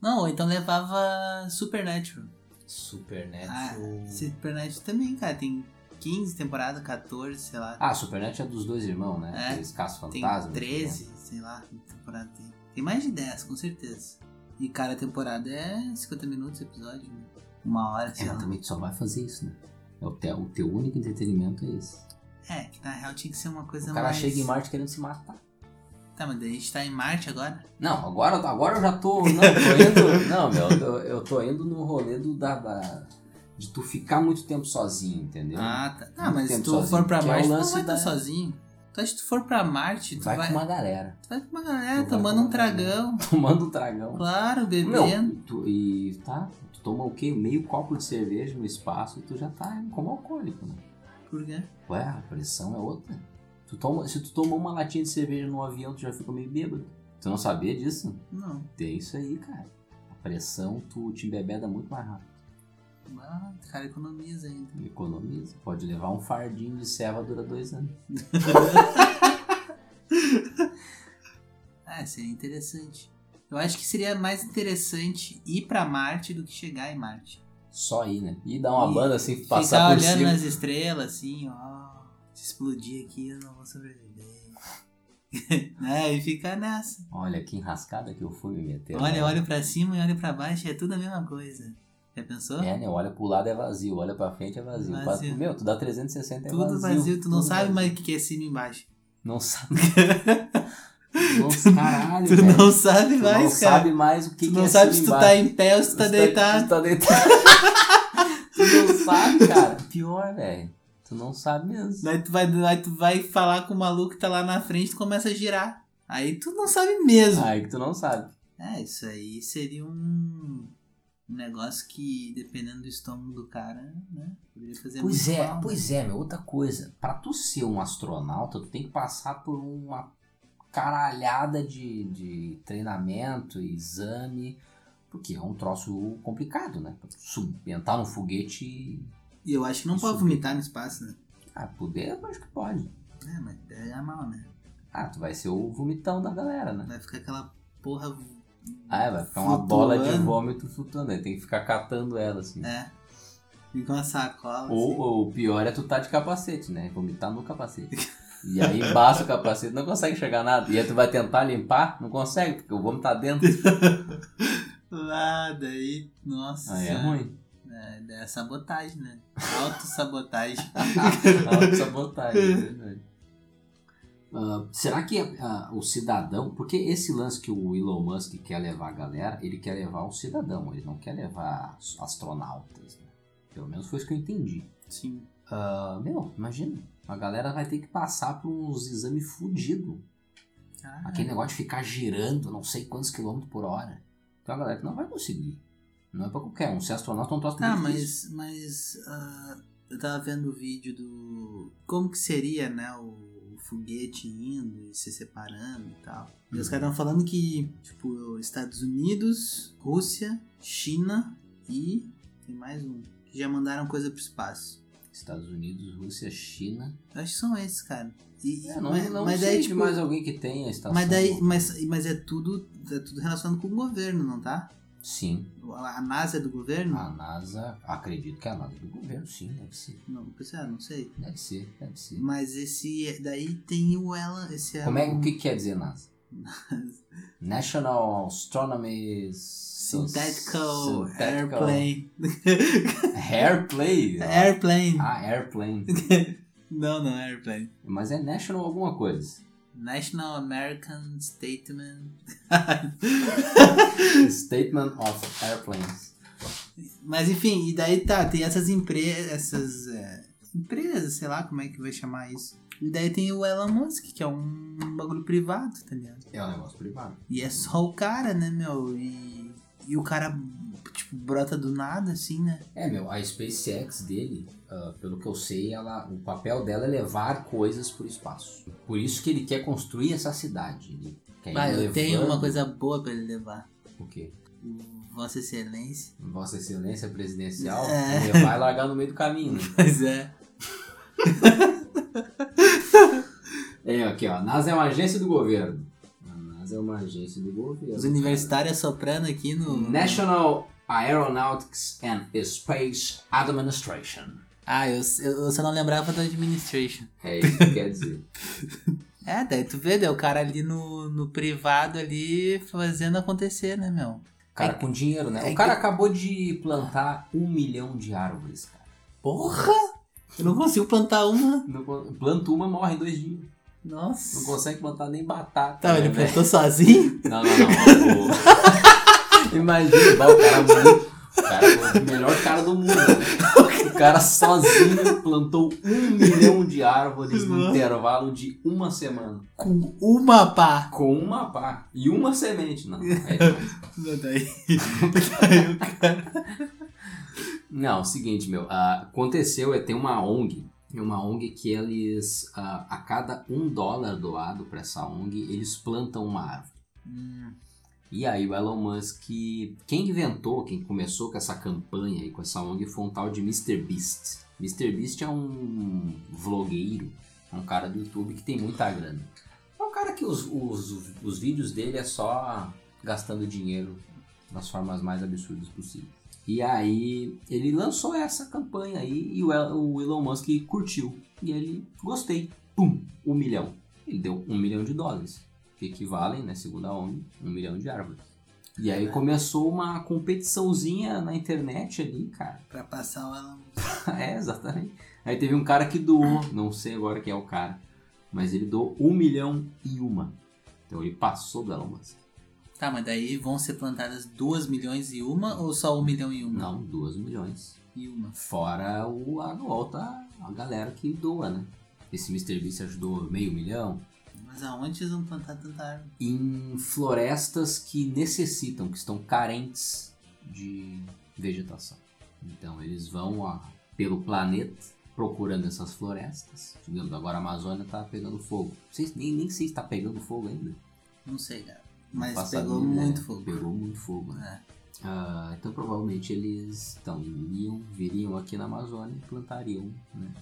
S3: Não, ou então levava Supernatural. Ah,
S2: Supernatural.
S3: Supernatural também, cara, tem 15 temporadas, 14, sei lá.
S2: Ah, Supernatural é dos dois irmãos, né?
S3: É.
S2: Aqueles né? caças
S3: Tem
S2: fantasmas.
S3: 13, sei lá, que temporada tem. Tem mais de 10, com certeza. E cada temporada é 50 minutos o episódio, né? Uma hora,
S2: É,
S3: sei
S2: mas
S3: lá.
S2: também tu só vai fazer isso, né? É o, te- o teu único entretenimento é esse.
S3: É, que na real tinha que ser uma coisa
S2: O cara
S3: mais.
S2: chega em Marte querendo se matar.
S3: Tá, mas daí a gente tá em Marte agora?
S2: Não, agora, agora eu já tô. Não, eu tô indo. Não, meu, eu, eu tô indo no rolê do, da, da- de tu ficar muito tempo sozinho, entendeu?
S3: Ah, tá. Ah,
S2: Muito
S3: mas se
S2: tempo
S3: tu
S2: sozinho,
S3: for pra
S2: que é o
S3: Marte, tu não
S2: lance
S3: vai estar
S2: da-
S3: sozinho. Tu acha que tu for pra Marte, tu
S2: vai,
S3: vai,
S2: com uma galera,
S3: tu vai com uma galera
S2: Tu vai
S3: tomando
S2: com
S3: um
S2: uma galera.
S3: tragão.
S2: tomando um tragão.
S3: Claro, bebendo.
S2: Meu, tu, e tá, tu toma o quê? Meio copo de cerveja no espaço e tu já tá como alcoólico, né?
S3: Por quê?
S2: Ué, a pressão é outra. Tu toma, se tu tomou uma latinha de cerveja num avião, tu já ficou meio bêbado. Tu não sabia disso?
S3: Não.
S2: Tem isso aí, cara. A pressão, tu te embebeda muito mais rápido.
S3: Ah, o cara economiza ainda.
S2: Economiza. Pode levar um fardinho de serva dura dois anos.
S3: Ah, seria interessante. Eu acho que seria mais interessante ir pra Marte do que chegar em Marte.
S2: Só aí, né? E dar uma
S3: E
S2: banda assim,
S3: Ficar
S2: passar por
S3: olhando
S2: cima.
S3: nas estrelas assim, ó. Se explodir aqui, eu não vou sobreviver. né? E ficar nessa.
S2: Olha que enrascada que eu fui me meter.
S3: Olha,
S2: né?
S3: eu olho pra cima e olho pra baixo, é tudo a mesma coisa. Já pensou?
S2: É, né? Olha pro lado é vazio, olha pra frente é vazio.
S3: Vazio.
S2: Quase- Meu, tu dá 360 é vazio.
S3: tudo vazio, tu não
S2: tudo
S3: sabe
S2: vazio.
S3: mais o que que é cima e embaixo.
S2: Não sabe. Nossa, caralho,
S3: Tu
S2: velho.
S3: não sabe
S2: É. Tu
S3: mais,
S2: não
S3: cara.
S2: sabe mais o que
S3: tu
S2: que
S3: não
S2: é
S3: sabe
S2: cima
S3: se
S2: e
S3: tu tá
S2: embaixo.
S3: em pé ou se tu tá deitado.
S2: Tu tá deitado. tu não sabe, cara. Pior, velho. Tu não sabe mesmo.
S3: Daí tu vai, daí tu vai falar com o maluco que tá lá na frente, tu começa a girar. Aí tu não sabe mesmo.
S2: Ai, que tu não sabe.
S3: É, isso aí seria um, um negócio que, dependendo do estômago do cara, né? Poderia fazer
S2: Pois
S3: muito
S2: é,
S3: mal, né?
S2: pois é, meu. Outra coisa. Pra tu ser um astronauta, tu tem que passar por uma caralhada de, de treinamento, exame. Porque é um troço complicado, né? Pra tu sub- entrar num foguete.
S3: E eu acho que não
S2: Isso
S3: pode
S2: mesmo.
S3: vomitar no espaço, né?
S2: Ah, poder, eu acho que pode.
S3: É, mas pega mal, né?
S2: Ah, tu vai ser o vomitão da galera, né?
S3: Vai ficar aquela porra. vo-
S2: Ah, é, vai ficar uma bola de
S3: flutuando.
S2: vômito flutuando. Aí tem que ficar catando ela, assim.
S3: É. Fica uma sacola. assim.
S2: Ou, ou o pior é tu tá de capacete, né? Vomitar no capacete. E aí embaça o capacete, não consegue chegar nada. E aí tu vai tentar limpar, não consegue, porque o vômito tá dentro.
S3: assim. Ah, daí. Nossa.
S2: Aí é ruim.
S3: É, é sabotagem, né? Autossabotagem.
S2: Ah, sabotagem, é verdade. Ah, será que ah, o cidadão. Porque esse lance que o Elon Musk quer levar a galera, ele quer levar o cidadão, ele não quer levar as- astronautas. né? Pelo menos foi isso que eu entendi.
S3: Sim.
S2: Ah, meu, imagina. A galera vai ter que passar por uns exames fudidos.
S3: Ah,
S2: Aquele negócio de ficar girando não sei quantos quilômetros por hora. Então a galera que não vai conseguir. Não é pra qualquer um. Ser astronauta é um troço
S3: Tá,
S2: muito difícil.
S3: mas, mas ah, eu tava vendo o vídeo do. Como que seria, né? O, o foguete indo e se separando e tal. E os
S2: Uhum.
S3: caras estavam falando que, tipo, Estados Unidos, Rússia, China e. Tem mais um. Que já mandaram coisa pro espaço.
S2: Estados Unidos, Rússia, China.
S3: Eu acho que são esses, cara. E,
S2: É, não,
S3: mas,
S2: não
S3: mas
S2: sei
S3: daí,
S2: de
S3: tipo,
S2: mais alguém que tenha a estação.
S3: mas daí. Mas, mas é tudo. É tudo relacionado com o governo, não tá?
S2: Sim.
S3: A NASA é do governo?
S2: A NASA, acredito que é a NASA do governo, sim, deve ser.
S3: Não, pois é, não sei.
S2: Deve ser, deve ser.
S3: Mas esse é, daí tem o ela. Esse
S2: Como é, o
S3: um
S2: que quer dizer NASA? National Astronomy
S3: Synthetical
S2: Synthetical
S3: Airplane.
S2: Airplane?
S3: Airplane.
S2: Ah, Airplane.
S3: Não, não, Airplane.
S2: Mas é National alguma coisa.
S3: National American Statement.
S2: Statement of Airplanes.
S3: Mas enfim, e daí tá, tem essas empresas. Essas. é, empresas, sei lá como é que vai chamar isso. E daí tem o Elon Musk, que é um bagulho privado, tá ligado?
S2: É um negócio privado.
S3: E é só o cara, né, meu? E, e o cara, tipo, brota do nada, assim, né?
S2: É, meu, a SpaceX dele, ah, pelo que eu sei, ela, o papel dela é levar coisas para o espaço. Por isso que ele quer construir essa cidade. Ele quer ir
S3: Ah, eu tenho
S2: É, levando-
S3: uma coisa boa pra ele levar.
S2: O quê?
S3: O Vossa Excelência.
S2: Vossa Excelência Presidencial
S3: É.
S2: ele vai largar no meio do caminho. né?
S3: Pois é.
S2: É, aqui, ó. A NASA é uma agência do governo. A NASA é uma agência do governo.
S3: Os universitários soprando aqui no.
S2: National Aeronautics and Space Administration.
S3: Ah, eu, eu, eu só não lembrava do administration.
S2: É isso que quer dizer.
S3: É, daí tu vê, daí o cara ali no, no privado ali fazendo acontecer, né, meu?
S2: Cara com dinheiro, né?
S3: é
S2: O cara acabou de plantar um milhão de árvores, cara.
S3: Porra! Eu não consigo plantar uma.
S2: Não con- planta uma, morre em dois dias. Não
S3: Nossa.
S2: consegue plantar nem batata.
S3: Tá,
S2: né,
S3: ele
S2: velho?
S3: plantou sozinho?
S2: Não, não, não. o- Imagina, vai, o cara muito. O cara foi o melhor cara do mundo. né? O cara sozinho plantou um milhão de árvores no
S3: Nossa.
S2: intervalo de uma semana.
S3: Com uma pá.
S2: Com uma pá. E uma semente. Não, é demais.
S3: Não, Daí, daí o cara.
S2: não é o seguinte, meu. ah, aconteceu, é tem uma ONG. é Uma ONG que eles, ah, a cada um dólar doado para essa ONG, eles plantam uma árvore.
S3: Hum,
S2: E aí o Elon Musk, quem inventou, quem começou com essa campanha e com essa ONG foi um tal de Mr. Beast. Mr. Beast é um vlogueiro, é um cara do YouTube que tem muita grana. É um cara que os, os, os vídeos dele é só gastando dinheiro das formas mais absurdas possíveis. E aí ele lançou essa campanha aí e o, El- o Elon Musk curtiu. E ele, gostei, pum, um milhão. Ele deu um milhão de dólares que equivalem, né, segundo a ONU, um milhão de árvores. E aí começou uma competiçãozinha na internet ali, cara.
S3: pra passar um- o Elon.
S2: é, exatamente. Aí teve um cara que doou, não sei agora quem é o cara, mas ele doou um milhão e uma. Então ele passou do Elon Musk.
S3: Tá, mas daí vão ser plantadas 2 milhões e uma ou só 1 milhão e uma?
S2: Não, duas milhões.
S3: E uma.
S2: Fora o, a volta, a galera que doa, né? Esse Mr. Beast ajudou meio milhão.
S3: Mas aonde eles vão plantar tanta árvore?
S2: Em florestas que necessitam, que estão carentes de vegetação. Então eles vão ó, pelo planeta procurando essas florestas. Digamos, agora a Amazônia tá pegando fogo. Vocês, nem, nem sei se tá pegando fogo ainda.
S3: Não sei, cara.
S2: Não
S3: Mas
S2: faço a
S3: pegou
S2: mínima
S3: muito
S2: ideia.
S3: fogo.
S2: Pegou muito fogo, né?
S3: É.
S2: Ah, então provavelmente eles então, iriam, viriam aqui na Amazônia e plantariam, né?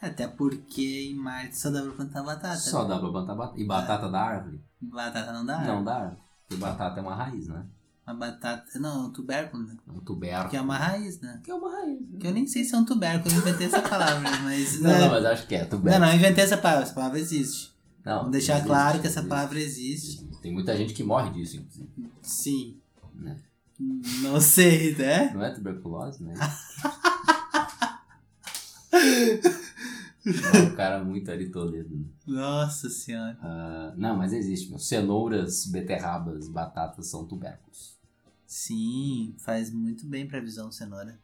S3: Até porque em Marte só dá pra plantar batata. É.
S2: Só
S3: né?
S2: dá pra plantar batata. E batata da árvore?
S3: Batata não dá?
S2: Não dá árvore. Porque batata é uma raiz, né?
S3: Uma batata. Não, tubérculo, né?
S2: É um tubérculo.
S3: Que é uma raiz, né?
S2: Que é uma raiz. né?
S3: Que eu nem sei se é um tubérculo, eu inventei essa palavra, mas.
S2: Não,
S3: né?
S2: não, mas acho que é
S3: não,
S2: tubérculo.
S3: não, eu inventei essa palavra, essa palavra existe.
S2: Não,
S3: Vamos deixar
S2: existe,
S3: claro que essa
S2: existe.
S3: palavra existe.
S2: Tem muita gente que morre disso, inclusive.
S3: Sim.
S2: Né?
S3: Não sei, né?
S2: Não é tuberculose, né? um cara muito ali Toledo. né?
S3: Nossa senhora.
S2: Ah, não, mas existe, meu. Cenouras, beterrabas, batatas são tubérculos.
S3: Sim, faz muito bem pra visão cenoura.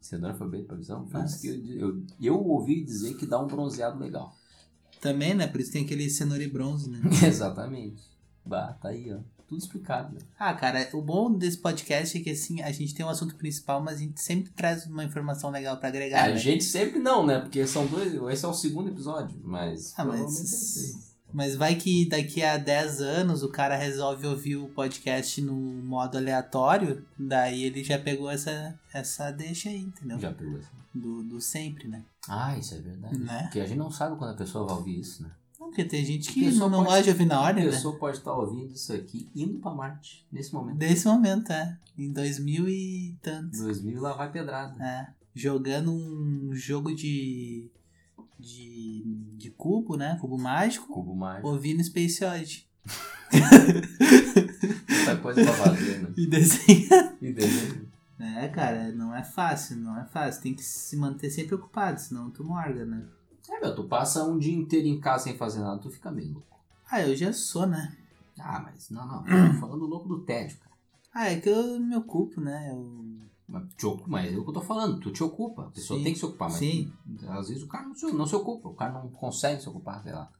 S2: Cenoura foi bem pra visão? Foi
S3: Faz.
S2: isso que eu, eu, eu ouvi dizer que dá um bronzeado legal.
S3: Também, né? Por isso tem aquele cenoura e bronze, né?
S2: Exatamente. Bah, tá aí, ó. Tudo explicado, né?
S3: Ah, cara, o bom desse podcast é que assim, a gente tem um assunto principal, mas a gente sempre traz uma informação legal pra agregar.
S2: A
S3: né?
S2: gente sempre não, né? Porque são dois. Esse é o segundo episódio, mas.
S3: Ah, mas-
S2: provavelmente é isso aí.
S3: Mas vai que daqui a 10 anos o cara resolve ouvir o podcast no modo aleatório, daí ele já pegou essa, essa deixa aí, entendeu?
S2: Já pegou essa.
S3: Do, do sempre, né?
S2: Ah, isso é verdade.
S3: Né?
S2: Porque a gente não sabe quando a pessoa vai ouvir isso, né?
S3: Não, Porque tem gente
S2: A
S3: que
S2: pessoa
S3: não, não
S2: pode-
S3: gosta de ouvir na
S2: A
S3: ordem, né?
S2: pessoa pode estar ouvindo isso aqui indo pra Marte, nesse momento.
S3: Desse momento, é. Em 2000 e tantos.
S2: 2000 lá vai pedrada.
S3: É. Jogando um jogo de, de, de cubo, né? Cubo mágico.
S2: Cubo mágico.
S3: Ouvindo Space Odd.
S2: Muita coisa pra fazer, né?
S3: E desenhando.
S2: E desenho.
S3: É, cara, não é fácil, não é fácil. Tem que se manter sempre ocupado, senão tu morga, né?
S2: É, meu, tu passa um dia inteiro em casa sem fazer nada, tu fica meio louco.
S3: Ah, eu já sou, né?
S2: Ah, mas não, não. Tô falando louco do tédio, cara.
S3: Ah, é que eu me ocupo, né? Eu...
S2: Mas, te ocu- mas é o que eu tô falando, tu te ocupa. A pessoa
S3: Sim.
S2: tem que se ocupar, mas
S3: Sim.
S2: às vezes o cara não se, não se ocupa, o cara não consegue se ocupar, sei lá.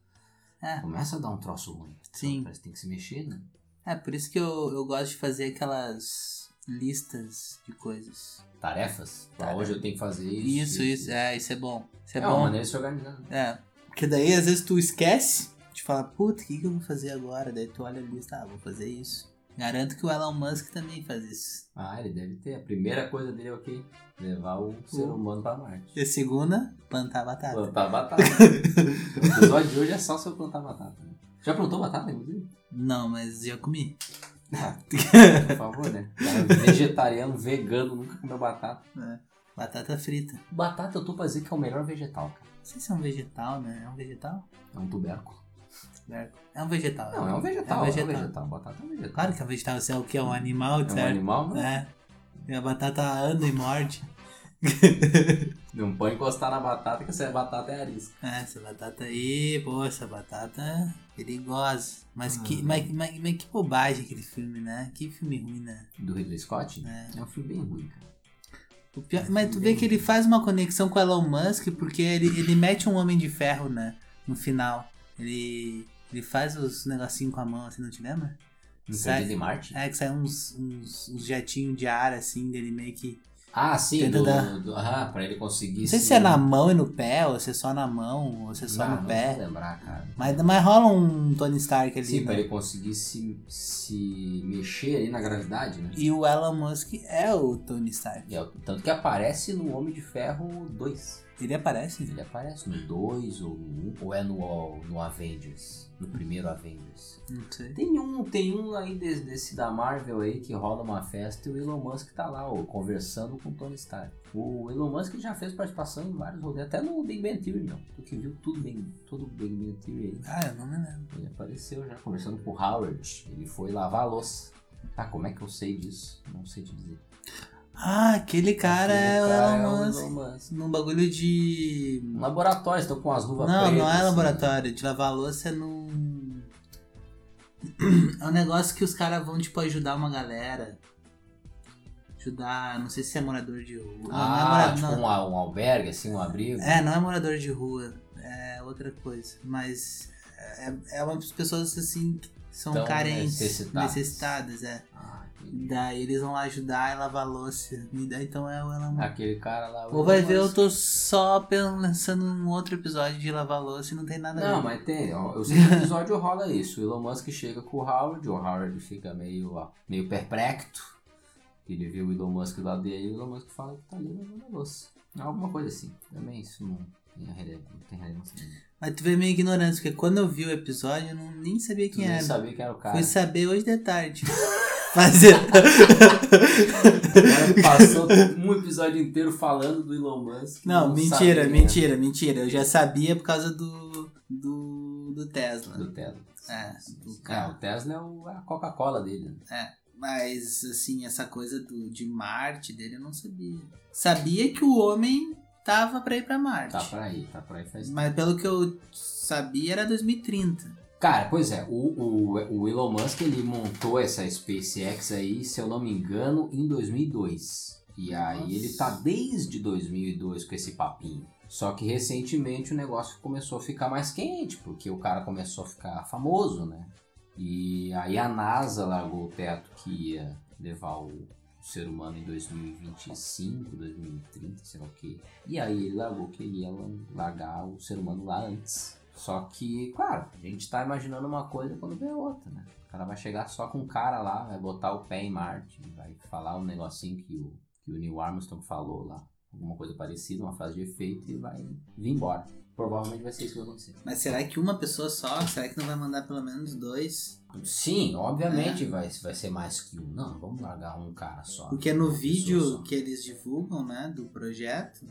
S3: É.
S2: Começa a dar um troço ruim.
S3: Sim.
S2: Parece que tem que se mexer, né?
S3: É, por isso que eu, eu gosto de fazer aquelas listas de coisas.
S2: Tarefas. Pra
S3: Tarefa.
S2: hoje eu tenho que fazer isso.
S3: Isso, isso, é, isso é bom. Isso
S2: É,
S3: é,
S2: uma
S3: bom.
S2: maneira de se organizar. né?
S3: É. Porque daí às vezes tu esquece de falar, puta, o que, que eu vou fazer agora? Daí tu olha a lista, ah, vou fazer isso. Garanto que o Elon Musk também faz isso.
S2: Ah, ele deve ter. A primeira coisa dele é o quê? Levar o ser humano pra Marte.
S3: E a segunda, plantar batata.
S2: Plantar batata. o episódio de hoje é só se eu plantar batata. né? Já plantou batata, inclusive? Ah,
S3: Não, mas já comi.
S2: Por favor, né? Cara, vegetariano, vegano, nunca comeu batata.
S3: Batata frita.
S2: Batata eu tô pra dizer que é o melhor vegetal, cara.
S3: Não sei se é um vegetal, né? É um vegetal?
S2: É um tubérculo.
S3: É um vegetal.
S2: Não, é um vegetal. É um vegetal.
S3: vegetal.
S2: Batata é um vegetal.
S3: Claro que é um vegetal. Você é o que? É um animal,
S2: é um
S3: certo?
S2: animal, né?
S3: É. E a batata anda e morde.
S2: Não pode encostar um na batata, que essa batata é arisca.
S3: É, essa batata aí, pô, essa batata é perigosa. Mas, que, mas, mas, mas que bobagem aquele filme, né? Que filme ruim, né?
S2: Do Ridley Scott?
S3: É.
S2: É um filme bem ruim, cara.
S3: O pior- mas tu vê que ele faz uma conexão com o Elon Musk porque ele, ele mete um homem de ferro, né? No final. Ele, ele faz os negocinhos com a mão, assim, não te lembra?
S2: Perdido em Marte?
S3: É, que sai uns, uns, uns jetinhos de ar, assim, dele meio que...
S2: Ah, sim,
S3: Tenta
S2: do,
S3: dar-
S2: do- ah, pra ele conseguir.
S3: Não sei se é na mão e no pé, ou se é só na mão, ou se é só
S2: não,
S3: no
S2: não
S3: pé.
S2: sei lembrar, cara.
S3: Mas, mas rola um Tony Stark ali,
S2: Sim,
S3: né?
S2: pra ele conseguir se, se mexer ali na gravidade, né?
S3: E o Elon Musk é o Tony Stark.
S2: E é o- tanto que aparece no Homem de Ferro 2.
S3: Ele aparece?
S2: Ele aparece no 2 ou no 1, ou é no, no Avengers, no primeiro Avengers.
S3: Não sei.
S2: Tem um, tem um aí des- desse, da Marvel aí que rola uma festa e o Elon Musk tá lá, ó, conversando com o Tony Stark. O Elon Musk já fez participação em vários rolês, até no Big Bang Theory, meu. Tu que viu tudo bem, todo Big Bang Theory aí.
S3: Ah, eu não me lembro.
S2: Ele apareceu já conversando com o Howard. Ele foi lavar a louça. Ah, como é que eu sei disso? Não sei te dizer.
S3: Ah, aquele cara é o
S2: Aquele cara é
S3: Elon
S2: o
S3: Musk.
S2: Elon Musk.
S3: Num bagulho de...
S2: Um laboratório, estão com as luvas
S3: Não,
S2: pretas.
S3: não é
S2: assim.
S3: laboratório. De lavar louça é num... É um negócio que os caras vão, tipo, ajudar uma galera. Ajudar... Não sei se é morador de rua. Não, não é
S2: Ah,
S3: morador...
S2: tipo
S3: não.
S2: um, a- um albergue, assim, um abrigo.
S3: É, não é morador de rua, é outra coisa. Mas é, é umas pessoas assim que são
S2: Tão
S3: carentes, necessitadas.
S2: necessitadas.
S3: é.
S2: Ah, aquele-
S3: Daí eles vão lá ajudar e lavar louça. E daí então é o Elon Musk.
S2: aquele cara lá. o
S3: Ou vai
S2: Elon
S3: ver, eu
S2: Musk.
S3: tô só pensando num outro episódio de lavar louça e não tem nada a
S2: Não,
S3: ver.
S2: mas tem. ó, Eu sei que o episódio rola isso. O Elon Musk chega com o Howard, o Howard fica meio, ó, meio perplexo. Ele vê o Elon Musk do lado dele e o Elon Musk fala que tá ali lavando a louça. Alguma coisa assim. Também isso não tem relevância. Não tem relevância nenhuma.
S3: Mas tu vê minha ignorância, porque quando eu vi o episódio eu não, nem sabia
S2: Tu
S3: quem é?
S2: nem
S3: era.
S2: sabia que era o cara.
S3: Fui saber hoje de tarde. Fazer.
S2: O cara passou um episódio inteiro falando do Elon Musk.
S3: Não,
S2: sabia
S3: mentira,
S2: quem é era
S3: mentira, mentira. Eu já sabia por causa do. do. do Tesla.
S2: Do Tesla.
S3: É, do
S2: Ah,
S3: carro.
S2: o Tesla é o- a Coca-Cola dele. né?
S3: Mas, assim, essa coisa do, de Marte dele eu não sabia. Sabia que o homem tava pra ir pra Marte.
S2: Tá pra aí, tá pra aí faz
S3: Mas pelo que eu sabia era 2030.
S2: Cara, pois é, o, o, o Elon Musk ele montou essa SpaceX aí, se eu não me engano, em 2002. E aí
S3: Nossa.
S2: ele tá desde 2002 com esse papinho. Só que recentemente o negócio começou a ficar mais quente, porque o cara começou a ficar famoso, né? E aí a NASA largou o teto que ia levar o ser humano em 2025, 2030, sei lá o quê. E aí ele largou que ele ia largar o ser humano lá antes. Só que, claro, a gente tá imaginando uma coisa quando vê outra, né? O cara vai chegar só com um cara lá, vai botar o pé em Marte, vai falar um negocinho que o, que o Neil Armstrong falou lá. Alguma coisa parecida, uma frase de efeito e vai vir embora. Provavelmente vai ser isso que vai acontecer.
S3: Mas será que uma pessoa só? Será que não vai mandar pelo menos dois?
S2: Sim,
S3: É.
S2: obviamente vai, vai ser mais que um. Não, vamos largar um cara só.
S3: Porque é
S2: Uma
S3: no
S2: pessoa
S3: vídeo
S2: só.
S3: que eles divulgam, né, do projeto,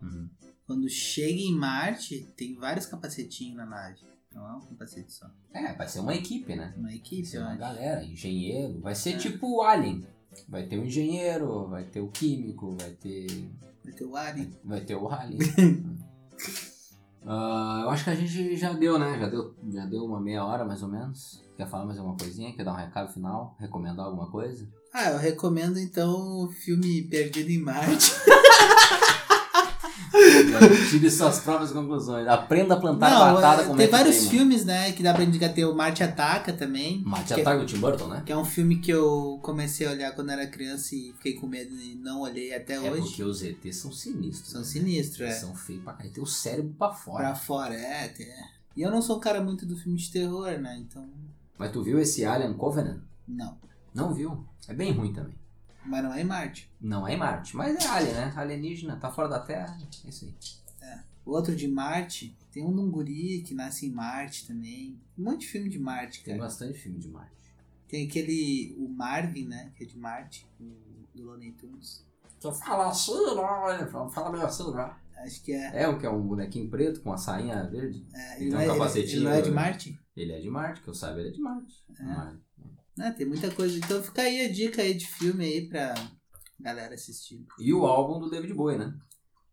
S2: Uhum.
S3: quando chega em Marte, tem vários capacetinhos na nave. Não é um capacete só.
S2: É, vai ser uma equipe, né?
S3: Uma
S2: Vai
S3: equipe,
S2: ser
S3: eu
S2: uma
S3: acho.
S2: galera, engenheiro. Vai ser
S3: É.
S2: tipo o Alien. Vai ter o engenheiro, vai ter o químico, vai ter.
S3: Vai ter o Alien.
S2: Vai ter o Alien. Ah, eu acho que a gente já deu, né? Já deu, já deu uma meia hora mais ou menos. Quer falar mais alguma coisinha? Quer dar um recado final? Recomendar alguma coisa?
S3: Ah, eu recomendo então o filme Perdido em Marte.
S2: Tire suas próprias conclusões. Aprenda a plantar
S3: Não,
S2: batata
S3: é-
S2: como
S3: tem
S2: é que
S3: vários
S2: mano.
S3: filmes, né, que dá pra indicar. Tem o Marte Ataca também.
S2: Mate
S3: que,
S2: Ataque do Tim Burton, né?
S3: que é um filme que eu comecei a olhar quando era criança e fiquei com medo e não olhei até
S2: É
S3: hoje.
S2: porque os ETs são sinistros.
S3: São
S2: né?
S3: sinistros,
S2: Eles
S3: é.
S2: São feios pra caralho. Tem o cérebro pra fora.
S3: Pra fora, é, tem- é. E eu não sou um cara muito do filme de terror, né, então...
S2: Mas tu viu esse Alien Covenant?
S3: Não.
S2: Não viu? É bem ruim também.
S3: Mas não é em Marte.
S2: Não é em Marte, mas é alien, né? Alienígena, tá fora da Terra. É isso aí.
S3: O outro de Marte, tem um Nunguri que nasce em Marte também. Um monte de filme de Marte,
S2: Tem
S3: cara.
S2: bastante filme de Marte.
S3: Tem aquele, o Marvin, né, que é de Marte, o- do Looney Tunes.
S2: Só fala assim, não, fala meio assim, não.
S3: Acho que é...
S2: É o que é um bonequinho preto com a sainha verde?
S3: é,
S2: Ele tem um
S3: é, ele,
S2: capacetinho,
S3: ele não é de
S2: né?
S3: Marte?
S2: Ele é de Marte, que eu saiba, ele é de Marte.
S3: É.
S2: Marte.
S3: Ah, tem muita coisa. Então fica aí a dica aí de filme aí pra galera assistindo.
S2: E o álbum do David Bowie, né?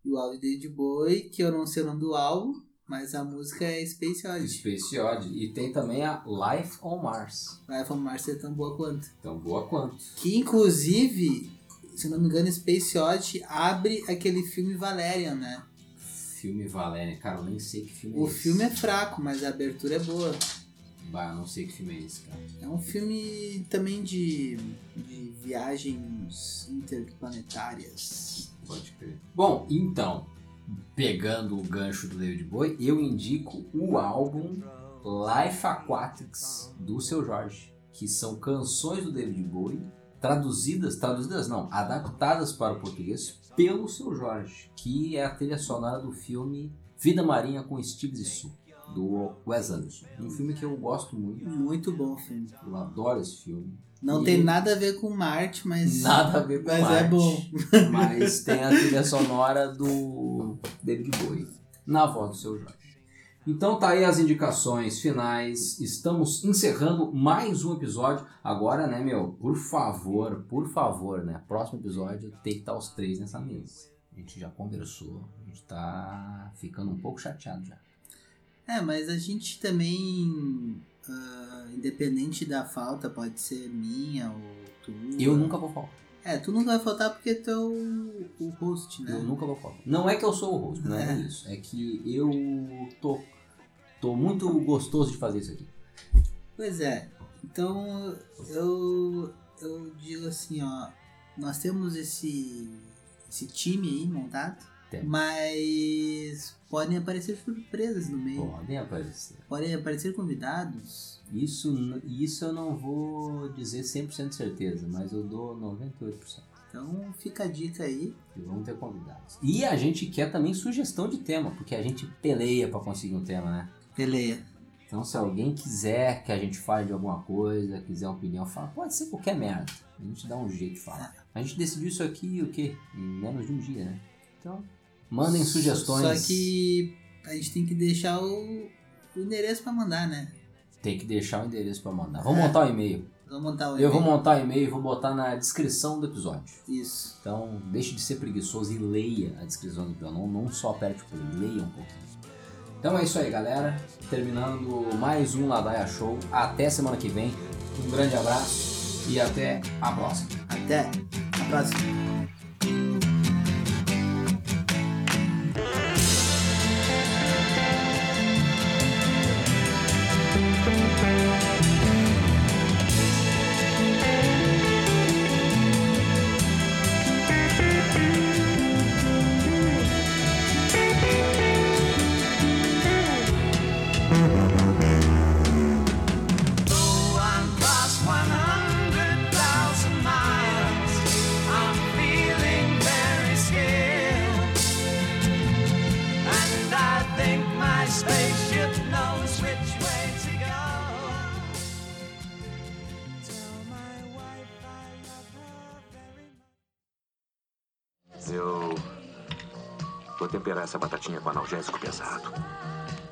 S3: E o álbum de Boy, que eu não sei o nome do álbum, mas a música é Space Oddity.
S2: Space Oddity. E tem também a Life on Mars.
S3: Life on Mars é tão boa quanto.
S2: Então, boa quanto.
S3: Que inclusive, se eu não me engano, Space Oddity abre aquele filme Valerian, né?
S2: Filme Valéria. Cara, eu nem sei que filme é
S3: O
S2: esse.
S3: filme é fraco, mas a abertura é boa.
S2: Bah, eu não sei que filme é esse, cara.
S3: É um filme também de, de viagens interplanetárias.
S2: Pode crer. Bom, então, pegando o gancho do David Bowie, eu indico o álbum Life Aquatics do Seu Jorge, que são canções do David Bowie traduzidas, traduzidas não, adaptadas para o português pelo Seu Jorge, que é a trilha sonora do filme Vida Marinha com Steve Zissou, do Wes Anderson. Um filme que eu gosto muito,
S3: Muito bom filme.
S2: eu adoro esse filme.
S3: Não
S2: E-
S3: tem nada a ver com Marte, mas.
S2: Nada a ver com
S3: Mas
S2: Marte.
S3: é bom.
S2: Mas tem a trilha sonora do David Bowie, na voz do seu Jorge. Então tá aí as indicações finais. Estamos encerrando mais um episódio. Agora, né, meu, por favor, por favor, né? Próximo episódio tem que estar os três nessa mesa. A gente já conversou, a gente tá ficando um pouco chateado já.
S3: É, mas a gente também. ah, independente da falta, pode ser minha ou tu.
S2: Eu nunca vou faltar.
S3: É, tu nunca vai faltar porque tu é o, o host, né?
S2: Eu nunca vou faltar. Não é que eu sou o rosto, não é,
S3: É.
S2: isso. É que eu tô, tô muito gostoso de fazer isso aqui.
S3: Pois é. Então eu, eu digo assim, ó, nós temos esse, esse time aí montado,
S2: Temos.
S3: mas podem aparecer surpresas no meio.
S2: Podem aparecer.
S3: Podem aparecer convidados.
S2: é assim, Isso, n- isso eu não vou dizer 100% de certeza, mas eu dou 98%.
S3: Então fica a dica aí.
S2: E vamos ter convidados. E a gente quer também sugestão de tema, porque a gente peleia pra conseguir um tema, né?
S3: Peleia.
S2: Então se alguém quiser que a gente fale de alguma coisa, quiser opinião, fala, pode ser qualquer merda. A gente dá um jeito de falar. A gente decidiu isso aqui o quê? Em menos de um dia, né? Então, mandem sugestões.
S3: Só que a gente tem que deixar o, o endereço pra mandar, né?
S2: Tem que deixar o endereço pra mandar. Vamos montar o e-mail.
S3: Vou montar o
S2: Eu vou
S3: e-mail.
S2: montar o e-mail e vou botar na descrição do episódio.
S3: Isso.
S2: Então, deixe de ser preguiçoso e leia a descrição do plano. Não só aperte o play, leia um pouquinho. Então é isso aí, galera. Terminando mais um Ladaia Show. Até semana que vem. Um grande abraço e até a próxima.
S3: Até a próxima.
S4: I'm past 100,000 miles. I'm feeling very scared, and I think my spaceship knows which way to go. Tell my wife I love her very much.
S1: Eu vou temperar essa batatinha com analgésico pesado.